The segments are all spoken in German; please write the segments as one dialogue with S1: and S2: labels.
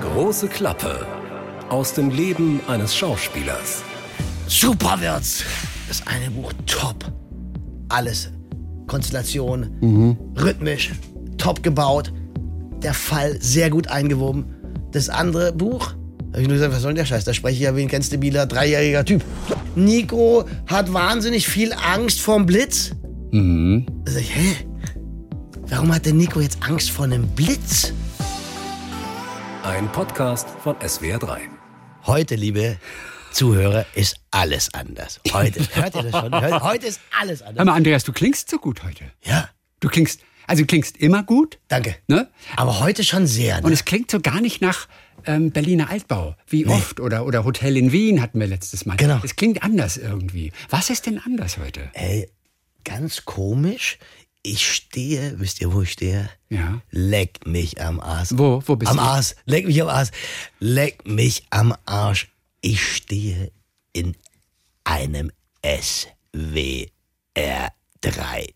S1: Große Klappe aus dem Leben eines Schauspielers.
S2: Super wird's. Das eine Buch top. Alles. Konstellation, rhythmisch, top gebaut. Der Fall sehr gut eingewoben. Das andere Buch, habe ich nur gesagt, was soll denn der Scheiß? Da spreche ich ja wie ein ganz stabiler, dreijähriger Typ. Nico hat wahnsinnig viel Angst vorm Blitz. Da sag ich, hä? Warum hat denn Nico jetzt Angst vor einem Blitz?
S1: Ein Podcast von SWR3.
S2: Heute, liebe Zuhörer, ist alles anders. Heute, hört ihr das schon? Hört- Heute ist alles
S3: Hör
S2: anders.
S3: mal, Andreas, du klingst so gut heute.
S2: Ja,
S3: Du klingst, also du klingst immer gut,
S2: danke.
S3: ne?
S2: Aber heute schon sehr.
S3: Und
S2: Ne?
S3: es klingt so gar nicht nach ähm, Berliner Altbau, wie oft. Oder, oder Hotel in Wien hatten wir letztes Mal.
S2: Genau.
S3: Es klingt anders irgendwie. Was ist denn anders heute?
S2: Ey, ganz komisch. Ich stehe, wisst ihr, wo ich stehe?
S3: Ja.
S2: Leck mich am Arsch.
S3: Wo- wo bist
S2: am
S3: du?
S2: Am Arsch. Leck mich am Arsch. Leck mich am Arsch. Ich stehe in einem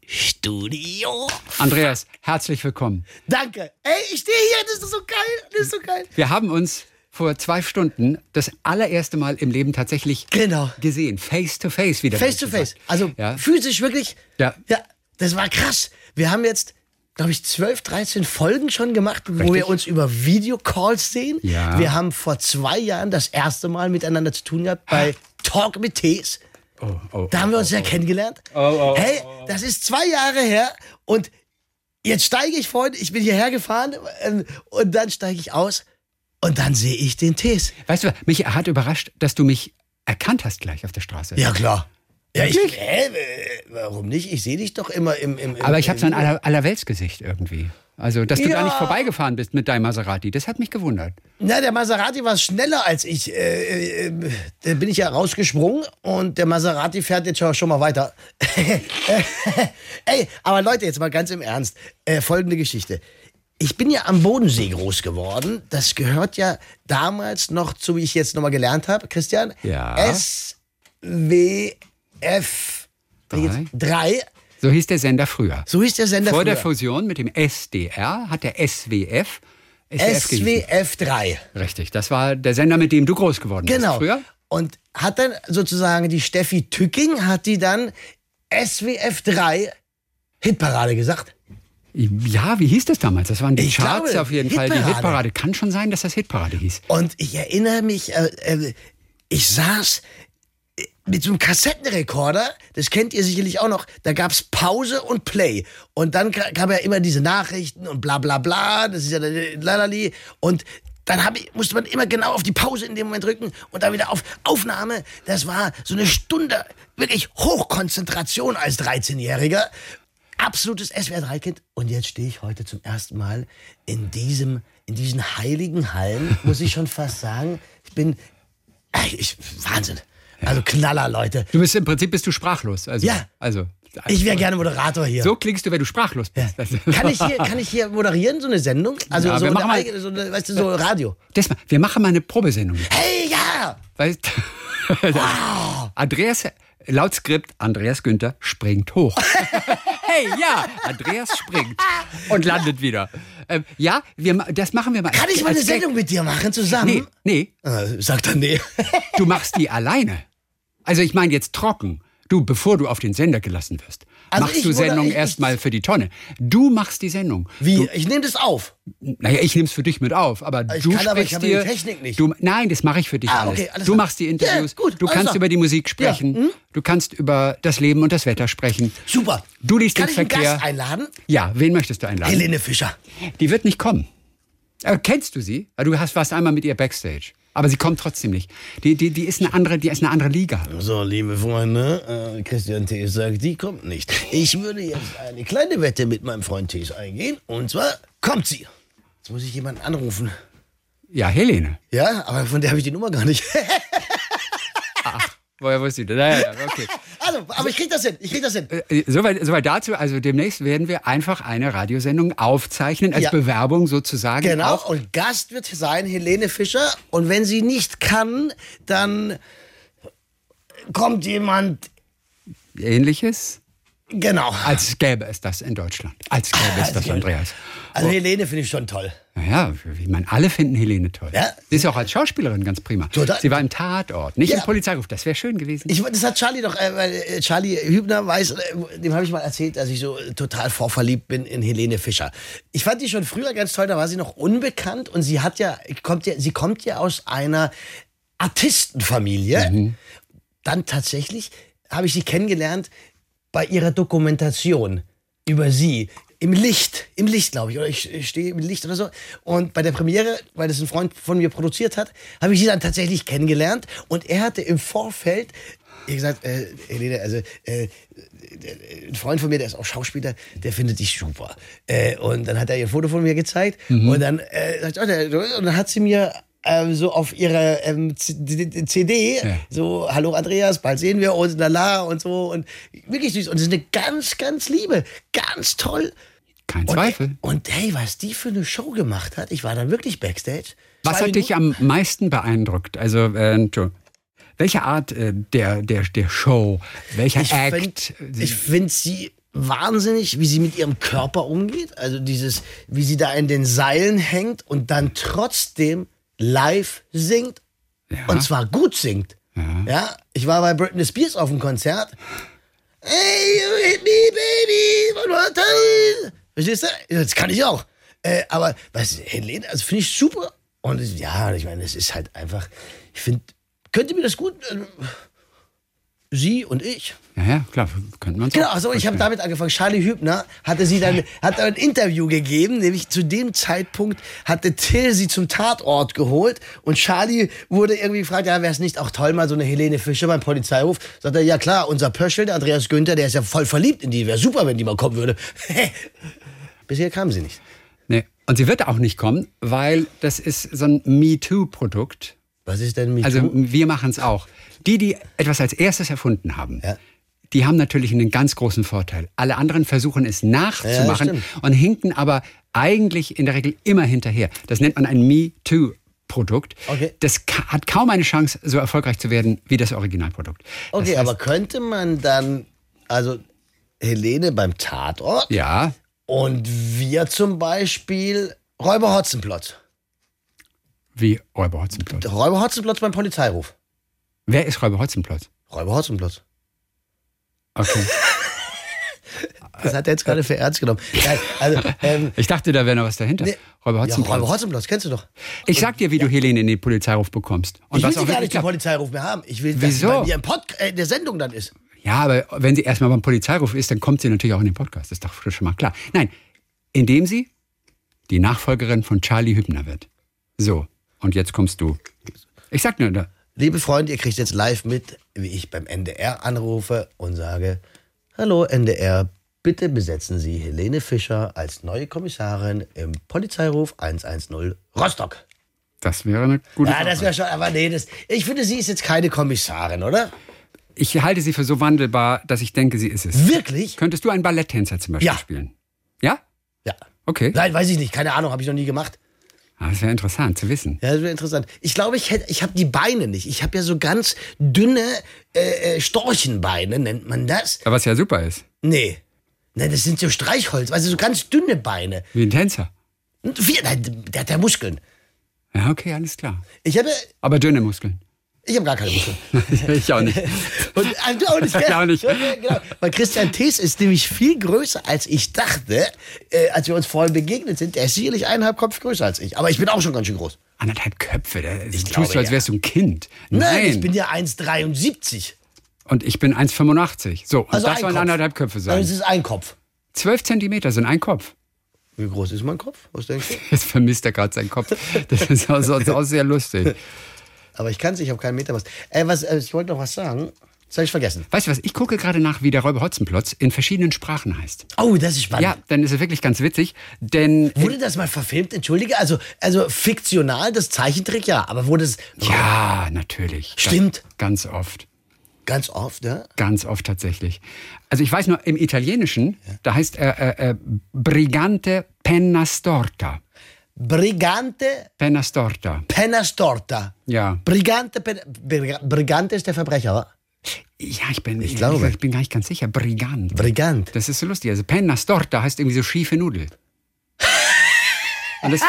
S2: SWR3-Studio.
S3: Andreas, herzlich willkommen.
S2: Danke. Ey, ich stehe hier. Das ist so geil. Das ist so geil.
S3: Wir haben uns vor zwei Stunden das allererste Mal im Leben tatsächlich
S2: Genau.
S3: gesehen. Face to face wieder.
S2: Face to face. Also
S3: Ja.
S2: physisch wirklich.
S3: Ja.
S2: ja. Das war krass. Wir haben jetzt, glaube ich, 12, 13 Folgen schon gemacht, wo wir uns über Videocalls sehen.
S3: Ja.
S2: Wir haben vor zwei Jahren das erste Mal miteinander zu tun gehabt bei Talk mit Tees.
S3: Oh, oh,
S2: Da haben wir uns ja kennengelernt. hey, das ist zwei Jahre her und jetzt steige ich, Freunde, ich bin hierher gefahren ähm, und dann steige ich aus und dann sehe ich den Tees.
S3: Weißt du, mich hat überrascht, dass du mich erkannt hast gleich auf der Straße.
S2: Ja, klar. Ja, ich,
S3: Wirklich?
S2: hä, äh, warum nicht? Ich sehe dich doch immer im. im, im
S3: Aber ich habe so
S2: im-
S3: ein aller, Allerweltsgesicht irgendwie. Also, dass du
S2: Ja.
S3: gar nicht vorbeigefahren bist mit deinem Maserati, das hat mich gewundert.
S2: Na, der Maserati war schneller als ich. Äh, äh, da bin ich ja rausgesprungen und der Maserati fährt jetzt schon- schon mal weiter. Ey, aber Leute, jetzt mal ganz im Ernst. Äh, folgende Geschichte. Ich bin ja am Bodensee groß geworden. Das gehört ja damals noch zu, wie ich jetzt nochmal gelernt habe, Christian.
S3: Ja.
S2: SWF
S3: Drei.
S2: 3.
S3: So hieß der Sender früher.
S2: So hieß der Sender
S3: Vor der
S2: früher.
S3: Fusion mit dem SDR hat der SWF. SWF gehießen.
S2: SWF 3.
S3: Richtig, das war der Sender, mit dem du groß geworden
S2: Genau.
S3: bist. Früher?
S2: Und hat dann sozusagen die Steffi Tücking, hat die dann SWF 3 Hitparade gesagt.
S3: Ja, wie hieß das damals? Das waren die
S2: Ich
S3: Charts
S2: glaube,
S3: auf jeden Fall.
S2: Hitparade.
S3: Die Hitparade. Kann schon sein, dass das Hitparade hieß.
S2: Und ich erinnere mich, äh, äh, ich saß äh, mit so einem Kassettenrekorder, das kennt ihr sicherlich auch noch, da gab es Pause und Play. Und dann ka- kam ja immer diese Nachrichten und bla bla bla, das ist ja äh, lalali. Und dann hab ich, musste man immer genau auf die Pause in dem Moment drücken und dann wieder auf Aufnahme. Das war so eine Stunde, wirklich Hochkonzentration als 13-Jähriger. Absolutes SWR3-Kind. Und jetzt stehe ich heute zum ersten Mal in diesem, in diesen heiligen Hallen, muss ich schon fast sagen. Ich bin, ey, ich, Wahnsinn. Also Knaller, Leute.
S3: Du bist im Prinzip bist du sprachlos. Also,
S2: Ja.
S3: Also,
S2: Ich wäre gerne Moderator hier.
S3: so klingst du, wenn du sprachlos bist. Also-
S2: Kann ich hier, kann ich hier moderieren, so eine Sendung? Also
S3: Ja,
S2: so,
S3: wir
S2: eine
S3: machen halt mal-
S2: eigene, so eine, weißt du, so Radio.
S3: Das mal, wir machen mal eine Probesendung.
S2: Hey, ja!
S3: Weißt Andreas, laut Skript, Andreas Günther springt hoch. hey, ja, Andreas springt und landet wieder. Ähm, ja, wir, ma- das machen wir mal.
S2: Kann ich mal eine
S3: Als Gag.
S2: Sendung mit dir machen
S3: Nee,
S2: zusammen?
S3: nee,
S2: Äh, sagt er nee.
S3: du machst die alleine. Also ich meine jetzt trocken. Du, bevor du auf den Sender gelassen wirst,
S2: Also ich
S3: machst du
S2: wurde-
S3: Sendung
S2: ich- ich-
S3: erstmal für die Tonne. Du machst die Sendung.
S2: Wie? Ich nehme das auf.
S3: Naja, ich nehme es für dich mit auf, aber
S2: Ich
S3: du
S2: kann,
S3: sprichst
S2: aber ich habe
S3: dir,
S2: die Technik nicht.
S3: Du, nein, das mache ich für dich
S2: Ah,
S3: alles.
S2: okay, alles
S3: Du
S2: klar.
S3: machst die Interviews,
S2: Ja, gut,
S3: du
S2: alles
S3: kannst
S2: klar.
S3: über die Musik
S2: Ja, hm?
S3: sprechen, du kannst über das Leben und das Wetter sprechen.
S2: Super.
S3: Du liest
S2: Kann
S3: den
S2: ich einen
S3: Verkehr.
S2: Gast einladen?
S3: Ja, wen möchtest du einladen?
S2: Helene Fischer.
S3: Die wird nicht kommen. Äh, kennst du sie? Äh, Du hast, warst einmal mit ihr backstage, aber sie kommt trotzdem nicht. Die, die, die ist eine andere, die ist eine andere Liga.
S2: So, liebe Freunde, äh, Christian Thees sagt, die kommt nicht. Ich würde jetzt eine kleine Wette mit meinem Freund Thees eingehen. Und zwar kommt sie. Jetzt muss ich jemanden anrufen.
S3: Ja, Helene.
S2: Ja, aber von der habe ich die Nummer gar nicht.
S3: Woher wusstest du? das? Naja, ja, okay.
S2: also, aber ich krieg das hin. Ich krieg das hin.
S3: Äh, Soweit, soweit dazu. Also demnächst werden wir einfach eine Radiosendung aufzeichnen als
S2: Ja.
S3: Bewerbung sozusagen.
S2: Genau,
S3: Auch
S2: und Gast wird sein Helene Fischer. Und wenn sie nicht kann, dann kommt jemand.
S3: Ähnliches.
S2: Genau.
S3: Als gäbe es das in Deutschland. Als gäbe es das, Andreas.
S2: Also Helene finde ich schon toll.
S3: Naja, ich meine, alle finden Helene toll.
S2: Ja.
S3: Sie ist ja auch als Schauspielerin ganz prima.
S2: Total.
S3: Sie war im Tatort, nicht
S2: Ja.
S3: im Polizeiruf. Das wäre schön gewesen.
S2: Ich, das hat Charlie doch, äh, weil äh, Charlie Hübner weiß, äh, dem habe ich mal erzählt, dass ich so äh, total vorverliebt bin in Helene Fischer. Ich fand die schon früher ganz toll, da war sie noch unbekannt und sie hat ja, kommt ja, sie kommt ja aus einer Artistenfamilie. Dann tatsächlich habe ich sie kennengelernt bei ihrer Dokumentation über sie. Im Licht, im Licht, glaube ich, oder ich, ich stehe im Licht oder so. Und bei der Premiere, weil das ein Freund von mir produziert hat, habe ich sie dann tatsächlich kennengelernt. Und er hatte im Vorfeld, wie gesagt, äh, Helene, also äh, ein Freund von mir, der ist auch Schauspieler, der findet dich super. Äh, und dann hat er ihr ein Foto von mir gezeigt.
S3: Mhm.
S2: Und dann äh, sagt, oh, der, und dann hat sie mir ähm, so auf ihrer ähm, C- D- D- CD
S3: Ja.
S2: so, hallo Andreas, bald sehen wir uns, lala und so. Und wirklich süß. Und es ist eine ganz, ganz liebe, ganz toll.
S3: Kein
S2: Und,
S3: Zweifel.
S2: und hey, was die für eine Show gemacht hat, ich war dann wirklich Backstage.
S3: Was
S2: Zwei
S3: hat dich
S2: Minuten-
S3: am meisten beeindruckt? Also, äh, Entschuldigung. welche Art äh, der, der, der Show, welcher
S2: ich
S3: Act?
S2: find- ich finde sie wahnsinnig, wie sie mit ihrem Körper umgeht. Also dieses, wie sie da in den Seilen hängt und dann trotzdem live singt. Und zwar gut singt. Ja. ich war bei Britney Spears auf dem Konzert. Hey, you hit me, baby, one more time. Verstehst du? Das kann ich auch. Äh, aber was, Helene, also finde ich super. Und es- ja, ich meine, es ist halt einfach, ich finde, könnte mir das gut, äh, sie und ich.
S3: ja, ja, klar, könnten wir uns
S2: Genau,
S3: auch
S2: also ich habe
S3: vorstellen.
S2: damit angefangen. Charlie Hübner hatte sie dann hat ein Interview gegeben, nämlich zu dem Zeitpunkt hatte Till sie zum Tatort geholt und Charlie wurde irgendwie gefragt, ja, wäre es nicht auch toll, mal so eine Helene Fischer beim Polizeiruf? Sagt er, ja klar, unser Pöschel, der Andreas Günther, der ist ja voll verliebt in die, wäre super, wenn die mal kommen würde. Bisher kam sie nicht.
S3: Nee. Und sie wird auch nicht kommen, weil das ist so ein MeToo-Produkt.
S2: Was ist denn mit
S3: Also wir machen es auch. Die, die etwas als erstes erfunden haben,
S2: Ja.
S3: die haben natürlich einen ganz großen Vorteil. Alle anderen versuchen es nachzumachen
S2: Ja, das
S3: und hinken aber eigentlich in der Regel immer hinterher. Das nennt man ein Me-Too. Produkt.
S2: Okay.
S3: Das ka- hat kaum eine Chance, so erfolgreich zu werden wie das Originalprodukt.
S2: Okay,
S3: das heißt,
S2: aber könnte man dann also Helene beim Tatort
S3: Ja,
S2: und wir zum Beispiel Räuber Hotzenplotz.
S3: wie Räuber Hotzenplotz.
S2: Räuber Hotzenplotz beim Polizeiruf.
S3: Wer ist Räuber Hotzenplotz?
S2: Räuber Hotzenplotz.
S3: Okay.
S2: Das hat er jetzt gerade für ernst genommen. Nein, also, ähm,
S3: Ich dachte, da wäre noch was dahinter.
S2: Nee.
S3: Räuber
S2: ja,
S3: Hotzenplotz.
S2: Räuber Hotzenplotz, kennst du doch.
S3: Ich sag dir, wie du Helene in den Polizeiruf bekommst. Und
S2: ich will
S3: was
S2: sie
S3: auch
S2: gar
S3: wirklich
S2: nicht zum
S3: klappt.
S2: Polizeiruf mehr haben. Ich will, dass
S3: Wieso?
S2: sie bei mir im Pod äh, in der Sendung dann ist.
S3: Ja, aber wenn sie erstmal beim Polizeiruf ist, dann kommt sie natürlich auch in den Podcast. Das ist doch schon mal klar. Nein, indem sie die Nachfolgerin von Charlie Hübner wird. So, und jetzt kommst du. Ich sag nur, da-
S2: Liebe Freunde, ihr kriegt jetzt live mit, wie ich beim NDR anrufe und sage, hallo NDR, bitte besetzen Sie Helene Fischer als neue Kommissarin im Polizeiruf 110 Rostock.
S3: das wäre eine gute
S2: Ja,
S3: Sache.
S2: das wäre schon, aber nee, das, ich finde, sie ist jetzt keine Kommissarin, oder?
S3: Ich halte sie für so wandelbar, dass ich denke, sie ist es.
S2: Wirklich?
S3: Könntest du einen Balletttänzer zum Beispiel
S2: Ja.
S3: spielen? Ja?
S2: Ja.
S3: Okay.
S2: Nein, weiß ich nicht, keine Ahnung, habe ich noch nie gemacht.
S3: Ah, Das wäre interessant zu wissen.
S2: Ja, das wäre interessant. Ich glaube, ich, hätt- ich habe die Beine nicht. Ich habe ja so ganz dünne äh, äh, Storchenbeine, nennt man das?
S3: Aber was ja super ist.
S2: Nee. Nein, das sind so Streichholz, also so ganz dünne Beine.
S3: Wie ein Tänzer.
S2: Und Wir, nein, der hat ja Muskeln.
S3: Ja, okay, alles klar.
S2: Ich habe
S3: Aber dünne Muskeln.
S2: ich hab gar keine Muskeln.
S3: ich auch nicht.
S2: Und, äh, du auch nicht, gell?
S3: Ich auch nicht.
S2: Genau. Weil Christian Thees ist nämlich viel größer, als ich dachte, äh, als wir uns vorhin begegnet sind. Der ist sicherlich eineinhalb Kopf größer als ich. Aber ich bin auch schon ganz schön groß.
S3: Anderthalb Köpfe. Da ich tust
S2: glaube,
S3: du, als
S2: ja.
S3: wärst du ein Kind. Nein.
S2: ich bin ja 1,73.
S3: und ich bin 1,85. So, und
S2: Also
S3: das
S2: ein
S3: sollen
S2: Kopf. Also
S3: anderthalb Köpfe
S2: Dann ist
S3: sein.
S2: es ein Kopf.
S3: Zwölf Zentimeter sind ein Kopf.
S2: Wie groß ist mein Kopf? Was denkst du?
S3: Jetzt vermisst er gerade seinen Kopf. Das ist auch, so- auch sehr lustig.
S2: Aber ich kann es, ich habe keinen Meter was. Äh, was äh, ich wollte noch was sagen. Das habe ich vergessen.
S3: Weißt du was? Ich gucke gerade nach, wie der Räuber Hotzenplotz in verschiedenen Sprachen heißt.
S2: Oh, das ist spannend.
S3: Ja, dann ist es wirklich ganz witzig, denn
S2: Wurde das mal verfilmt? Entschuldige, also, also fiktional, das Zeichentrick ja, aber wurde es
S3: ja, natürlich.
S2: Stimmt.
S3: Ganz, ganz oft.
S2: ganz oft, ne?
S3: Ganz oft tatsächlich. Also ich weiß nur, im Italienischen, da heißt er äh, äh, Brigante Penna Storta.
S2: Brigante
S3: Penna Storta.
S2: Penna Storta.
S3: Ja.
S2: Brigante, Pen Briga- Brigante ist der Verbrecher, wa?
S3: Ja, ich bin, ich,
S2: glaube.
S3: ich bin gar nicht ganz sicher. Brigant.
S2: Brigant. Ah.
S3: Das ist so lustig. Also Penna Storta heißt irgendwie so schiefe Nudel. Und das,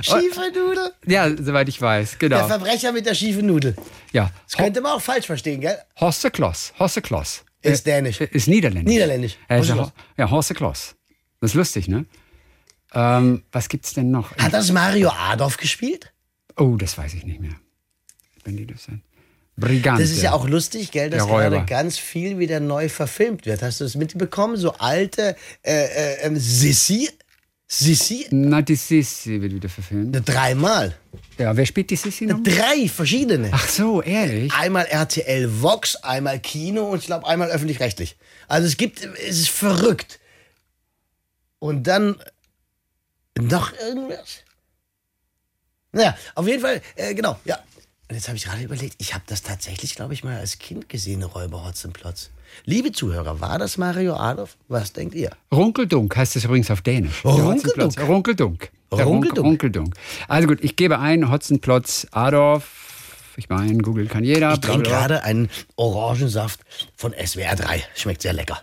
S2: Schiefe Nudel.
S3: Oh. Ja, soweit ich weiß,
S2: Der
S3: genau.
S2: Verbrecher mit der schiefen Nudel.
S3: Ja,
S2: Das könnte man auch falsch verstehen, gell?
S3: Horse Kloss, Horse Kloss.
S2: Ist
S3: Äh,
S2: dänisch.
S3: äh, Ist niederländisch.
S2: Niederländisch.
S3: Er
S2: Horse
S3: ist ja,
S2: Kloss.
S3: Ho- ja, Horse Kloss. Das ist lustig, ne? Ähm, was gibt's denn noch?
S2: Hat das Mario Adolf gespielt?
S3: Oh, das weiß ich nicht mehr. Wenn die das sind. Brigante.
S2: Das ist ja auch lustig, gell, dass
S3: Der Räuber.
S2: gerade ganz viel wieder neu verfilmt wird. Hast du das mitbekommen? So alte äh, äh, ähm, Sissi? Sissi?
S3: Na, die Sissi wird wieder verfilmt.
S2: Ne, Dreimal.
S3: Ja, wer spielt die Sissi noch?
S2: Drei verschiedene.
S3: Ach so, ehrlich?
S2: Einmal RTL Vox, einmal Kino und ich glaube einmal öffentlich-rechtlich. Also es gibt, es ist verrückt. Und dann noch irgendwas? Naja, auf jeden Fall, äh, genau, ja. Und jetzt habe ich gerade überlegt, ich habe das tatsächlich, glaube ich, mal als Kind gesehen, Räuber Hotz und Plotz. Liebe Zuhörer, war das Mario Adolf? Was denkt ihr?
S3: Runkeldunk heißt es übrigens auf Dänisch. Der
S2: Runkeldunk?
S3: Hotzenplotz. Runkeldunk. Der
S2: Runkeldunk.
S3: Runkeldunk. Runkeldunk. Also gut, ich gebe ein Hotzenplotz Adolf. Ich meine, Google kann jeder.
S2: Ich trinke
S3: bla, bla, bla.
S2: gerade einen Orangensaft von SWR 3. Schmeckt sehr lecker.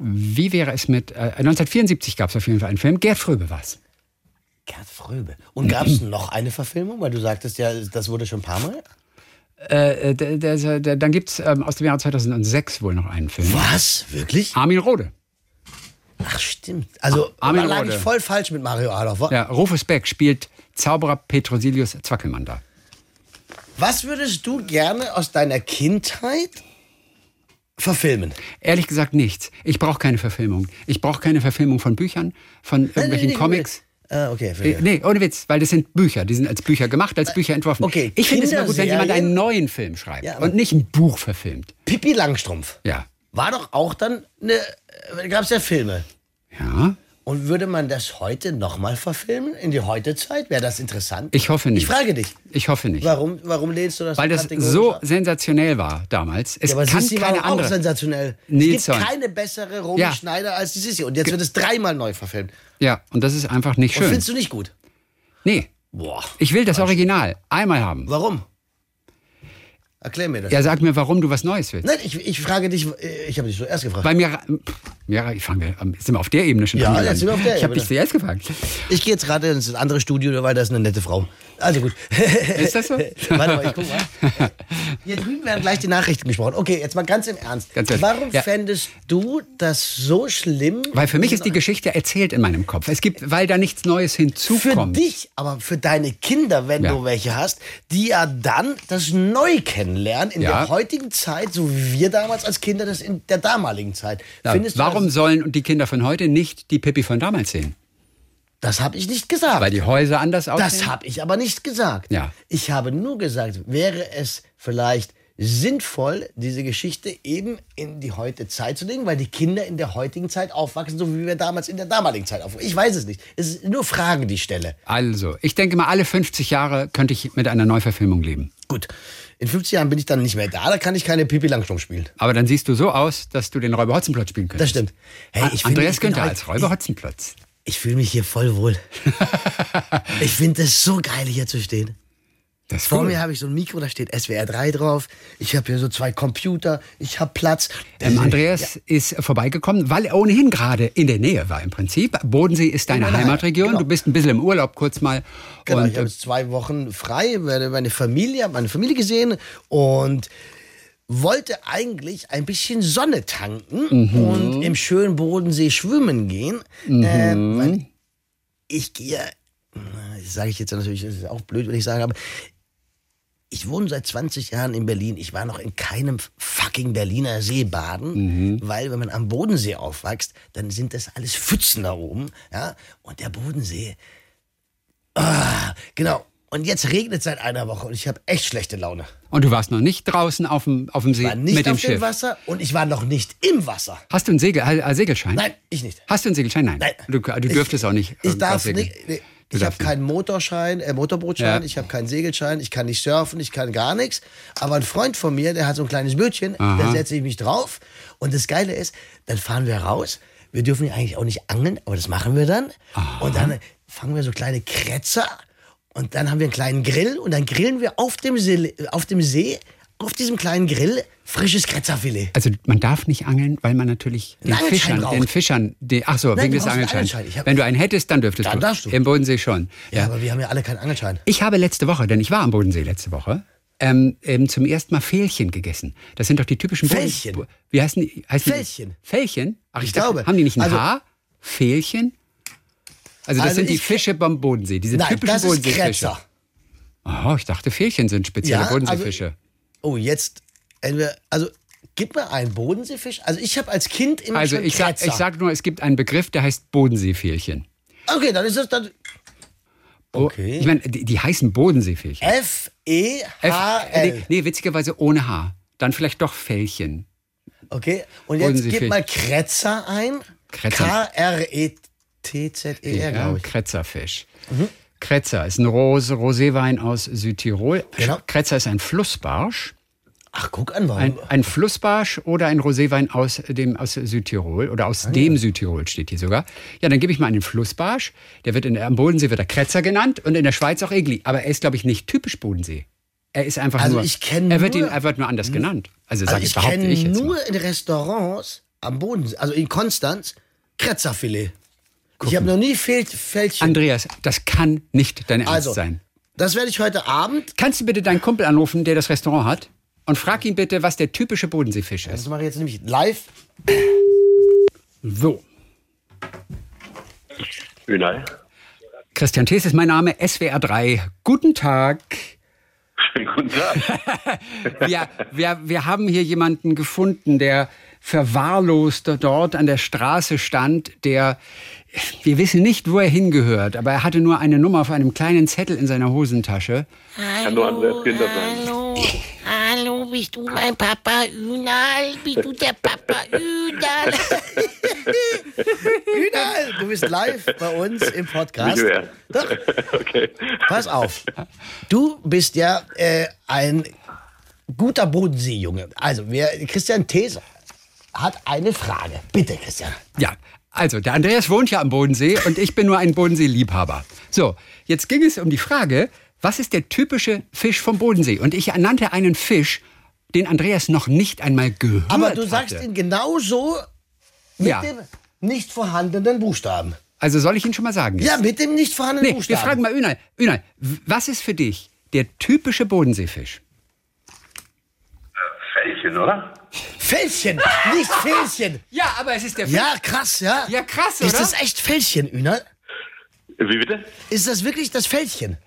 S3: Wie wäre es mit äh, 1974 gab es auf jeden Fall einen Film. Gerd Fröbe war's.
S2: Gerd Fröbe. Und gab es noch eine Verfilmung? Weil du sagtest ja, das wurde schon ein paar Mal.
S3: Äh, äh, der, der, der, dann gibt es ähm, aus dem Jahr 2006 wohl noch einen Film.
S2: Was? Wirklich?
S3: Armin Rode.
S2: Ach, stimmt. Also,
S3: Ah, Armin
S2: da lag
S3: Rode.
S2: ich voll falsch mit Mario Adolf. wa?
S3: Ja, Rufus Beck spielt Zauberer Petrosilius Zwackelmann da.
S2: Was würdest du gerne aus deiner Kindheit verfilmen?
S3: Ehrlich gesagt nichts. Ich brauche keine Verfilmung. Ich brauche keine Verfilmung von Büchern, von irgendwelchen
S2: nee, nee,
S3: Comics.
S2: Äh, okay,
S3: Äh,
S2: verstehe.
S3: Nee, ohne Witz, weil das sind Bücher. Die sind als Bücher gemacht, als Bücher entworfen.
S2: okay,
S3: ich finde es immer gut, wenn
S2: Kinderserien-
S3: jemand einen neuen Film schreibt
S2: Ja, aber-
S3: und nicht ein Buch verfilmt.
S2: Pippi Langstrumpf.
S3: Ja.
S2: War doch auch dann eine. Äh, gab es ja Filme.
S3: Ja.
S2: Und würde man das heute nochmal verfilmen? In die heutige Zeit? Wäre das interessant?
S3: Ich hoffe nicht.
S2: Ich frage dich.
S3: Ich hoffe nicht.
S2: Warum, warum lehnst du das
S3: Weil
S2: so
S3: das
S2: kategorisch
S3: so
S2: ab?
S3: sensationell war damals. Es
S2: Ja, aber
S3: kann
S2: Sissi war
S3: keine
S2: doch auch
S3: andere.
S2: sensationell. Es
S3: Nilsson.
S2: gibt keine bessere Romy
S3: Ja.
S2: Schneider als die Sissi. Und jetzt wird es dreimal neu verfilmt.
S3: Ja, und das ist einfach nicht
S2: Und
S3: schön.
S2: findest du nicht gut?
S3: Nee,
S2: Boah.
S3: ich will das Original einmal haben.
S2: Warum? Erklär mir das.
S3: Ja, sag mir, warum du was Neues willst.
S2: Nein, ich, ich frage dich, äh, ich habe dich zuerst gefragt.
S3: Bei mir, pff, ja, ich fange, sind wir auf der Ebene schon
S2: Ja,
S3: angelangt.
S2: jetzt sind wir auf der
S3: Ich habe
S2: Ebene.
S3: dich zuerst gefragt.
S2: Ich gehe jetzt gerade ins andere Studio, weil da ist eine nette Frau. Also gut.
S3: Ist das so?
S2: Warte mal, ich guck mal. Hier drüben werden gleich die Nachrichten gesprochen. Okay, jetzt mal ganz im Ernst.
S3: Ganz ehrlich,
S2: Warum
S3: ja.
S2: fändest du das so schlimm?
S3: Weil für mich ist die Geschichte erzählt in meinem Kopf. Es gibt, weil da nichts Neues
S2: für
S3: hinzukommt.
S2: dich, aber für deine Kinder, wenn
S3: Ja.
S2: du welche hast, die ja dann das neu kennenlernen in
S3: Ja.
S2: der heutigen Zeit, so wie wir damals als Kinder das in der damaligen Zeit.
S3: Ja,
S2: Findest
S3: warum
S2: du das?
S3: sollen die Kinder von heute nicht die Pippi von damals sehen?
S2: Das habe ich nicht gesagt.
S3: Weil die Häuser anders aussehen?
S2: Das habe ich aber nicht gesagt.
S3: Ja.
S2: Ich habe nur gesagt, wäre es vielleicht sinnvoll, diese Geschichte eben in die heutige Zeit zu legen, weil die Kinder in der heutigen Zeit aufwachsen, so wie wir damals in der damaligen Zeit aufwachsen. Ich weiß es nicht. Es ist nur Fragen, die ich stelle.
S3: Also, ich denke mal, alle 50 Jahre könnte ich mit einer Neuverfilmung leben.
S2: Gut, in 50 Jahren bin ich dann nicht mehr da, da kann ich keine Pipi Langstrumpf spielen.
S3: Aber dann siehst du so aus, dass du den Räuber Hotzenplotz spielen
S2: Das
S3: könntest. Ah,
S2: stimmt. Hey, ich finde, halt
S3: Andreas
S2: ich bin
S3: Günther
S2: heute-
S3: als Räuber Hotzenplotz.
S2: Ich, ich fühle mich hier voll wohl. ich finde es so geil, hier zu stehen.
S3: Das ist
S2: Vor
S3: cool.
S2: mir habe ich so ein Mikro, da steht SWR 3 drauf. Ich habe hier so zwei Computer, ich habe Platz.
S3: Ähm, Andreas ist vorbeigekommen, weil er ohnehin gerade in der Nähe war im Prinzip. Bodensee ist deine
S2: meiner
S3: Heimatregion.
S2: Heimat, genau.
S3: Du bist ein bisschen im Urlaub kurz mal.
S2: Genau,
S3: und
S2: ich habe jetzt zwei Wochen frei, werde meine Familie, hab meine Familie gesehen und wollte eigentlich ein bisschen Sonne tanken und im schönen Bodensee schwimmen gehen. Ähm, weil ich gehe, sage ich jetzt natürlich, das ist auch blöd, wenn ich sage, aber ich wohne seit 20 Jahren in Berlin. Ich war noch in keinem fucking Berliner See baden, weil wenn man am Bodensee aufwächst, dann sind das alles Pfützen da oben. Ja? Und der Bodensee, ah, genau. Und jetzt regnet seit einer Woche und ich habe echt schlechte Laune.
S3: Und du warst noch nicht draußen auf dem, auf dem See
S2: Ich war nicht
S3: mit dem
S2: auf dem
S3: Schiff.
S2: Wasser und ich war noch nicht im Wasser.
S3: Hast du einen Segel, äh, Segelschein?
S2: Nein, ich nicht.
S3: Hast du einen Segelschein? Nein.
S2: Nein.
S3: Du, du dürftest
S2: ich,
S3: auch nicht.
S2: Ich
S3: äh,
S2: darf
S3: segeln.
S2: nicht. Nee,
S3: Du
S2: ich habe
S3: darfst nicht.
S2: keinen Motorschein, äh, Motorbootschein,
S3: Ja.
S2: ich habe keinen Segelschein, ich kann nicht surfen, ich kann gar nichts. Aber ein Freund von mir, der hat so ein kleines Bötchen, da setze ich mich drauf. Und das Geile ist, dann fahren wir raus. Wir dürfen ja eigentlich auch nicht angeln, aber das machen wir dann. Und dann fangen wir so kleine Kretzer und dann haben wir einen kleinen Grill und dann grillen wir auf dem See, auf, dem See, auf diesem kleinen Grill Frisches Kretzerfilet.
S3: Also man darf nicht angeln, weil man natürlich den
S2: Angelschein
S3: Fischern,
S2: braucht.
S3: den Fischern, die, ach so,
S2: Nein,
S3: wegen
S2: du
S3: des
S2: brauchst einen
S3: Angelscheins.
S2: Angelschein. Ich hab-
S3: Wenn du einen hättest, dann dürftest
S2: Dann
S3: du.
S2: darfst du.
S3: Im Bodensee schon.
S2: Ja, aber wir haben ja alle keinen Angelschein.
S3: Ich habe letzte Woche, denn ich war am Bodensee letzte Woche, ähm, ähm, zum ersten Mal Fählchen gegessen. Das sind doch die typischen Boden-
S2: Fällchen?
S3: Bo- Wie heißen die? Heißen
S2: Fällchen.
S3: Die? Fällchen? Ach,
S2: Ich
S3: dachte,
S2: glaube.
S3: Haben die nicht ein
S2: Also-
S3: Haar? Fählchen? Also das
S2: Also
S3: sind die
S2: ich-
S3: Fische beim Bodensee, diese
S2: Nein,
S3: typischen
S2: das ist
S3: Bodenseefische.
S2: Kretzer.
S3: Oh, ich dachte, Fählchen sind spezielle
S2: Ja, also
S3: Bodenseefische.
S2: Oh, jetzt. entweder- Also, gib mir einen Bodenseefisch. Also, ich habe als Kind immer
S3: Also
S2: schon
S3: ich sag,
S2: Kretzer.
S3: ich sag nur, es gibt einen Begriff, der heißt Bodenseefehlchen.
S2: Okay, dann ist das dann
S3: Bo-
S2: Okay.
S3: Ich meine, die, die heißen Bodenseefehlchen. E
S2: F-E-H-L.
S3: nee, nee, witzigerweise ohne H. Dann vielleicht doch Fällchen.
S2: Okay, und jetzt
S3: Bodenseefähig.
S2: gib mal Kretzer ein. E
S3: Kretzer.
S2: K-R-E-T-Z-E-R, glaube E ich. Mhm.
S3: Kretzerfisch. Kretzer ist ein Rose, Roséwein aus Südtirol.
S2: Genau.
S3: Kretzer ist ein Flussbarsch.
S2: Ach, guck an, warum?
S3: Ein, ein Flussbarsch oder ein Roséwein aus dem aus Südtirol oder
S2: Ah,
S3: aus dem Südtirol steht hier sogar. Ja, dann gebe ich mal einen Flussbarsch. Der wird in, am Bodensee wird er Kretzer genannt und in der Schweiz auch Egli. Aber er ist glaube ich nicht typisch Bodensee. Er ist einfach
S2: Also
S3: nur.
S2: ich kenn
S3: er wird
S2: nur-
S3: ihn, er wird nur anders genannt. Also,
S2: also
S3: sage ich,
S2: ich
S3: behaupte
S2: kenne
S3: ich jetzt mal.
S2: nur in Restaurants am Boden, also in Konstanz, Kretzerfilet. Ich habe noch nie Fehl Fältchen.
S3: Andreas, das kann nicht dein Ernst
S2: also,
S3: sein.
S2: das werde ich heute Abend,
S3: Kannst du bitte deinen Kumpel anrufen, der das Restaurant hat, und frag ihn bitte, was der typische Bodenseefisch ist.
S2: das mache ich jetzt nämlich live.
S3: So.
S4: Ünei.
S3: Christian Thees ist mein Name, SWR 3. Guten Tag.
S4: Guten Tag.
S3: Wir, wir, wir haben hier jemanden gefunden, der verwahrlost dort an der Straße stand, der, wir wissen nicht, wo er hingehört, aber er hatte nur eine Nummer auf einem kleinen Zettel in seiner Hosentasche.
S4: Kann nur Andreas Günther sein.
S5: Hallo, hallo, bist du mein Papa Ünal? Bist du der Papa Ünal?
S2: Ünal, du bist live bei uns im Podcast.
S4: Nicht mehr.
S2: Doch,
S4: Okay.
S2: pass auf. Du bist ja äh, ein guter Bodenseejunge. Also, wer, Christian These hat eine Frage. Bitte, Christian.
S3: Ja, also der Andreas wohnt ja am Bodensee und ich bin nur ein Bodensee-Liebhaber. So, jetzt ging es um die Frage, was ist der typische Fisch vom Bodensee? Und ich ernannte einen Fisch, den Andreas noch nicht einmal gehört
S2: Aber du sagst
S3: hatte.
S2: ihn genauso mit
S3: Ja.
S2: dem nicht vorhandenen Buchstaben.
S3: Also soll ich ihn schon mal sagen?
S2: Ja, mit dem nicht vorhandenen
S3: Nee, wir
S2: Buchstaben.
S3: fragen mal Ünal. Ünal, w- was ist für dich der typische Bodenseefisch?
S4: Fällchen, oder?
S2: Fältchen, nicht Fältchen.
S3: Ja, aber es ist der
S2: Ja, krass, ja.
S3: Ja, krass,
S2: Ist
S3: oder?
S2: das echt Fältchen, Ünal?
S4: Wie bitte?
S2: Ist das wirklich das Fältchen?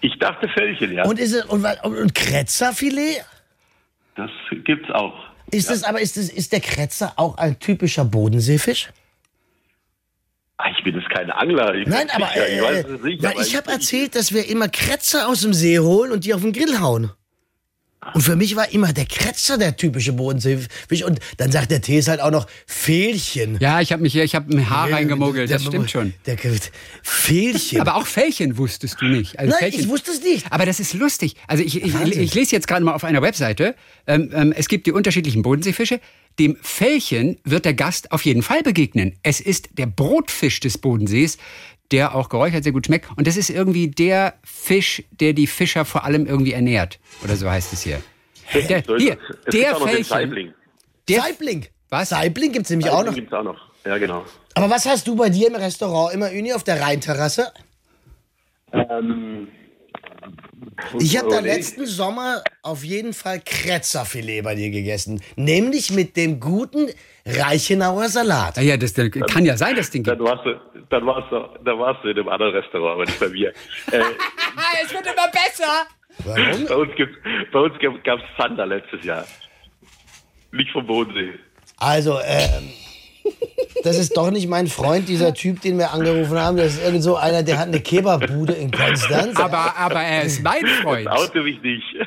S4: Ich dachte Fällchen, ja.
S2: Und ist es, und, wa- und, und Kretzerfilet?
S4: Das gibt's auch.
S2: Ist das aber, ist, das, ist der Kretzer auch ein typischer Bodenseefisch?
S4: Ah, Ich bin jetzt kein Angler. Ich
S2: Nein, aber,
S4: ich,
S2: äh,
S4: ich weiß es nicht.
S2: weil
S4: aber
S2: ich habe erzählt, dass wir immer Kretzer aus dem See holen und die auf den Grill hauen. Und für mich war immer der Kretzer der typische Bodenseefisch. Und dann sagt der Tees halt auch noch Fehlchen.
S3: Ja, ich habe mich hier, ich habe ein Haar reingemogelt,
S2: Der-
S3: das stimmt schon.
S2: Der, der Fehlchen.
S3: Aber auch Fällchen wusstest du nicht. Also
S2: Nein,
S3: Fällchen-
S2: ich wusste es nicht.
S3: Aber das ist lustig. Also ich, ich,
S2: Wahnsinn.
S3: ich lese jetzt gerade mal auf einer Webseite, ähm, ähm, es gibt die unterschiedlichen Bodenseefische. Dem Fällchen wird der Gast auf jeden Fall begegnen. Es ist der Brotfisch des Bodensees, der auch geräuchert sehr gut schmeckt. Und das ist irgendwie der Fisch, der die Fischer vor allem irgendwie ernährt. Oder so heißt es hier. Der,
S4: so ist
S3: hier,
S4: es. es
S3: der
S4: gibt auch noch den
S3: Fällchen.
S4: Saibling.
S3: Der,
S2: Saibling.
S3: Was?
S2: Saibling gibt's nämlich auch
S4: Den
S2: noch.
S4: gibt's auch noch. Ja, genau.
S2: Aber was hast du bei dir im Restaurant immer, Uni, auf der Rheinterrasse?
S4: Ähm,
S2: Ich habe da
S4: überlegen.
S2: letzten Sommer auf jeden Fall Kretzerfilet bei dir gegessen. Nämlich mit dem guten Reichenauer Salat.
S3: naja, das, das kann ja sein, das Ding gibt.
S4: Dann warst du, dann warst du, dann warst du in einem anderen Restaurant, aber nicht bei mir. äh,
S3: es wird immer besser.
S2: Warum?
S4: bei uns, gibt's, bei uns gab- gab's Zander letztes Jahr. Nicht vom Bodensee.
S2: Also, ähm, das ist doch nicht mein Freund, dieser Typ, den wir angerufen haben. Das ist irgend so einer, der hat eine Kebabbude in Konstanz.
S3: Aber, aber er ist mein Freund.
S4: Oute mich nicht.